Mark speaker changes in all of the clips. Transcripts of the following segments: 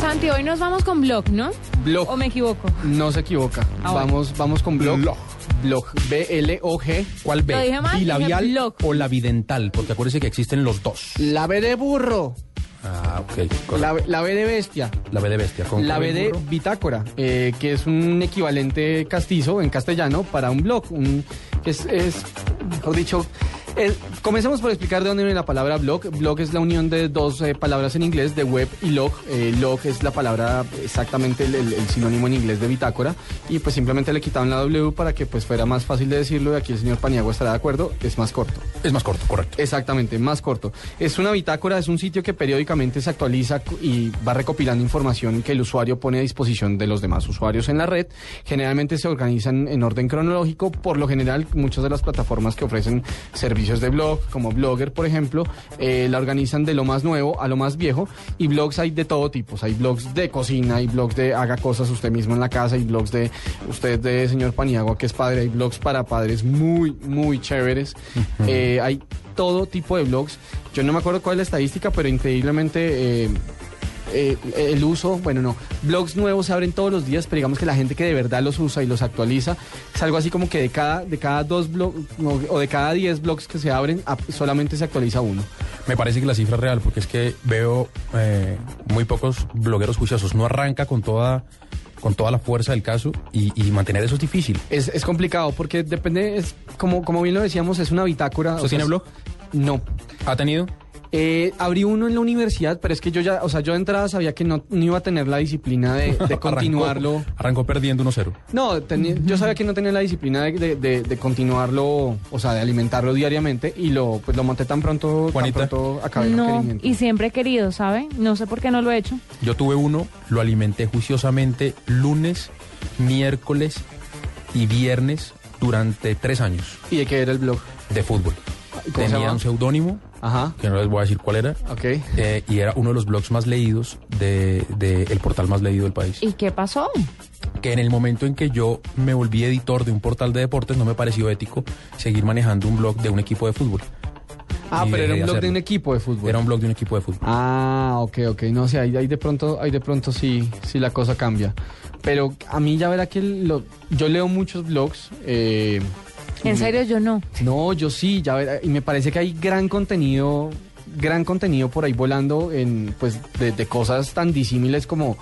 Speaker 1: Santi, hoy nos vamos con blog, ¿no?
Speaker 2: Blog.
Speaker 1: ¿O me equivoco?
Speaker 2: No se equivoca.
Speaker 1: Ah, bueno.
Speaker 2: vamos, vamos con blog.
Speaker 3: Blog.
Speaker 2: Blog. B-L-O-G.
Speaker 3: ¿Cuál B?
Speaker 1: Lo dije mal, dije
Speaker 3: ¿Bilabial
Speaker 1: blog.
Speaker 3: o labidental? Porque acuérdese que existen los dos.
Speaker 2: La B de burro.
Speaker 3: Ah, ok. correcto.
Speaker 2: La,
Speaker 3: La,
Speaker 2: la B de bestia.
Speaker 3: B de bestia. ¿Con
Speaker 2: La
Speaker 3: qué
Speaker 2: B de
Speaker 3: burro?
Speaker 2: bitácora, eh, que es un equivalente castizo en castellano para un blog. Un, que es, es, mejor dicho, el- comencemos por explicar de dónde viene la palabra blog. Blog es la unión de dos eh, palabras en inglés, de web y log. Eh, log es la palabra exactamente el, el- el sinónimo en inglés de bitácora. Y pues simplemente le quitaron la W para que pues fuera más fácil de decirlo. Y aquí el señor Paniagua estará de acuerdo, es más corto.
Speaker 3: Es más corto, correcto.
Speaker 2: Exactamente, más corto. Es una bitácora, es un sitio que periódicamente se actualiza cu- y va recopilando información que el usuario pone a disposición de los demás usuarios en la red. Generalmente se organizan en orden cronológico. Por lo general, muchas de las plataformas que ofrecen servicios de blog, como Blogger, por ejemplo, eh, la organizan de lo más nuevo a lo más viejo. Y blogs hay de todo tipo. Hay blogs de cocina, hay blogs de haga cosas usted mismo en la casa, hay blogs de usted de señor Paniagua, que es padre. Hay blogs para padres muy, muy chéveres. Eh, hay todo tipo de blogs. Yo no me acuerdo cuál es la estadística, pero increíblemente eh, eh, el uso, bueno, no, blogs nuevos se abren todos los días, pero digamos que la gente que de verdad los usa y los actualiza, es algo así como que de cada, de cada dos blogs o de cada diez blogs que se abren, ap- solamente se actualiza uno.
Speaker 3: Me parece que la cifra es real, porque es que veo eh, muy pocos blogueros juiciosos. No arranca con toda, con toda la fuerza del caso y, y mantener eso es difícil.
Speaker 2: Es, es complicado porque depende, es como, como bien lo decíamos, es una bitácora.
Speaker 3: ¿Usted
Speaker 2: o sea,
Speaker 3: tiene
Speaker 2: es-
Speaker 3: blog?
Speaker 2: No,
Speaker 3: ¿Ha tenido?
Speaker 2: Eh, abrí uno en la universidad, pero es que yo ya, o sea, yo de entrada sabía que no, no iba a tener la disciplina de, de continuarlo.
Speaker 3: Arrancó, arrancó perdiendo 1-0.
Speaker 2: No, tenía- yo sabía que no tenía la disciplina de, de- de- de continuarlo, o sea, de alimentarlo diariamente y lo, pues, lo monté tan pronto, tan
Speaker 3: Juanita.
Speaker 2: pronto acabé el
Speaker 1: No,
Speaker 2: requerimiento.
Speaker 1: y siempre he querido, ¿sabe? No sé por qué no lo he hecho.
Speaker 3: Yo tuve uno, lo alimenté juiciosamente lunes, miércoles y viernes durante tres años
Speaker 2: ¿Y de qué era el blog?
Speaker 3: de fútbol.
Speaker 2: ¿Cómo se
Speaker 3: Tenía
Speaker 2: llama?
Speaker 3: un seudónimo,
Speaker 2: Ajá,
Speaker 3: que no les voy a decir cuál era,
Speaker 2: ok.
Speaker 3: eh, y era uno de los blogs más leídos del de, el portal más leído del país.
Speaker 1: ¿Y qué pasó?
Speaker 3: Que en el momento en que yo me volví editor de un portal de deportes, no me pareció ético seguir manejando un blog de un equipo de fútbol.
Speaker 2: Ah,
Speaker 3: Y
Speaker 2: pero era
Speaker 3: dejé
Speaker 2: un
Speaker 3: de
Speaker 2: blog de un
Speaker 3: hacerlo.
Speaker 2: equipo de fútbol.
Speaker 3: Era un blog de un equipo de fútbol.
Speaker 2: Ah, ok, ok. No sé, ahí, ahí de pronto, ahí de pronto sí, sí la cosa cambia. Pero a mí ya verá que lo- yo leo muchos blogs. eh,
Speaker 1: En serio, yo no.
Speaker 2: No, yo sí, ya verá, y me parece que hay gran contenido, gran contenido por ahí volando en, pues, de, de cosas tan disímiles como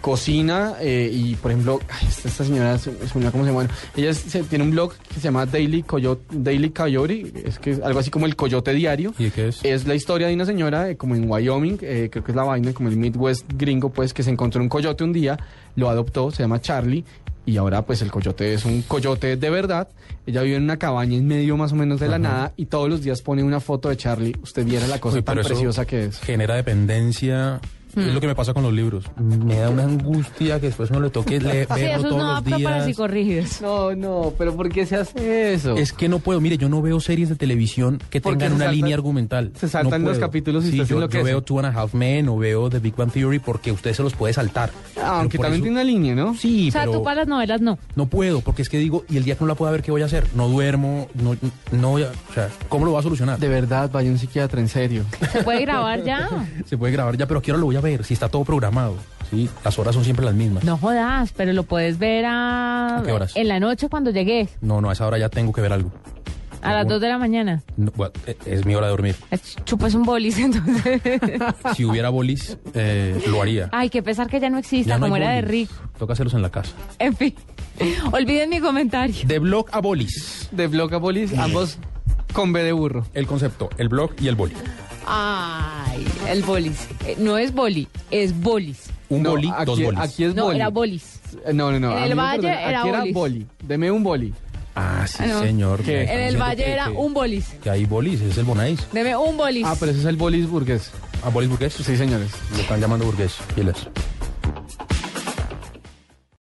Speaker 2: cocina eh, y, por ejemplo, ay, esta, esta señora, se- se me olvidó cómo se llama, bueno, ella es- se- tiene un blog que se llama Daily Coyote, Daily Coyote, es que es algo así como el Coyote Diario.
Speaker 3: ¿Y de qué es?
Speaker 2: Es la historia de una señora, eh, como en Wyoming, eh, creo que es la vaina, como el Midwest gringo, pues, que se encontró un coyote un día, lo adoptó, se llama Charlie, y ahora, pues, el coyote es un coyote de verdad. Ella vive en una cabaña en medio más o menos de la nada, y todos los días pone una foto de Charlie. Usted viera la cosa
Speaker 3: Uy,
Speaker 2: tan
Speaker 3: pero eso
Speaker 2: preciosa que es.
Speaker 3: Genera dependencia.
Speaker 1: Hmm.
Speaker 3: Es lo que me pasa con los libros. Me da una angustia que después no le toque leer
Speaker 1: Sí,
Speaker 3: verlo
Speaker 1: eso es
Speaker 3: todos
Speaker 1: no
Speaker 3: los
Speaker 1: apto para
Speaker 3: días.
Speaker 1: psicorrígidos.
Speaker 2: No, no, pero ¿por qué se hace eso?
Speaker 3: Es que no puedo, mire, yo no veo series de televisión que
Speaker 2: Porque
Speaker 3: tengan
Speaker 2: se
Speaker 3: una
Speaker 2: saltan-
Speaker 3: línea argumental.
Speaker 2: se saltan
Speaker 3: No
Speaker 2: los
Speaker 3: puedo.
Speaker 2: capítulos y
Speaker 3: sí,
Speaker 2: usted se
Speaker 3: yo, yo
Speaker 2: enloquece.
Speaker 3: veo Two and a Half Men o veo The Big Bang Theory porque usted se los puede saltar.
Speaker 2: Aunque
Speaker 3: Pero por
Speaker 2: también
Speaker 3: eso-
Speaker 2: tiene una línea, ¿no?
Speaker 3: Sí,
Speaker 1: O sea,
Speaker 3: pero
Speaker 1: tú para las novelas no.
Speaker 3: no puedo porque es que digo, y el día que no la pueda ver, ¿qué voy a hacer? No duermo, no, no voy a- o sea, ¿cómo lo va a solucionar?
Speaker 2: De verdad, vaya un psiquiatra, en serio.
Speaker 1: Se puede grabar ya.
Speaker 3: Se puede grabar ya, pero ¿qué hora lo voy a ver? Si está todo programado, ¿sí? Las horas son siempre las mismas.
Speaker 1: No jodas, pero lo puedes ver a...
Speaker 3: ¿A qué horas?
Speaker 1: En la noche cuando llegues,
Speaker 3: No, no, a esa hora ya tengo que ver algo.
Speaker 1: a las
Speaker 3: No.
Speaker 1: 2 de la mañana.
Speaker 3: No, bueno, eh, es mi hora de dormir.
Speaker 1: Ch- Chupas un bolis entonces.
Speaker 3: Si hubiera bolis, eh, lo haría.
Speaker 1: Ay, qué pesar que ya no exista,
Speaker 3: Ya no hay
Speaker 1: como era de
Speaker 3: bolis.
Speaker 1: Rick.
Speaker 3: Toca hacerlos en la casa.
Speaker 1: En fin, olviden mi comentario.
Speaker 3: De blog a bolis.
Speaker 2: De Blocapolis, ambos con B de burro.
Speaker 3: El concepto, el blog y el boli.
Speaker 1: Ay, el bolis. Eh, No es boli, es bolis.
Speaker 3: Un
Speaker 2: No,
Speaker 3: boli,
Speaker 2: aquí-
Speaker 3: dos bolis.
Speaker 2: Aquí es
Speaker 1: no,
Speaker 2: boli.
Speaker 1: era bolis.
Speaker 2: Eh, No, no, no.
Speaker 1: En
Speaker 2: a
Speaker 1: el
Speaker 2: mí me
Speaker 1: valle
Speaker 2: perdonan.
Speaker 1: era
Speaker 2: Aquí
Speaker 1: bolis.
Speaker 2: era boli. Deme un boli.
Speaker 3: Ah, sí,
Speaker 1: Ah, no.
Speaker 3: señor.
Speaker 2: ¿Qué? En
Speaker 3: Me
Speaker 1: En el
Speaker 3: están diciendo
Speaker 1: Valle
Speaker 3: que-
Speaker 1: era
Speaker 3: que-
Speaker 1: un bolis.
Speaker 3: Que hay bolis, es el Bonais.
Speaker 1: Deme un bolis.
Speaker 2: Ah, pero ese es el bolis burgués.
Speaker 3: ¿A bolis burgués?
Speaker 2: Sí, señores.
Speaker 3: Lo están llamando burgués, pilas.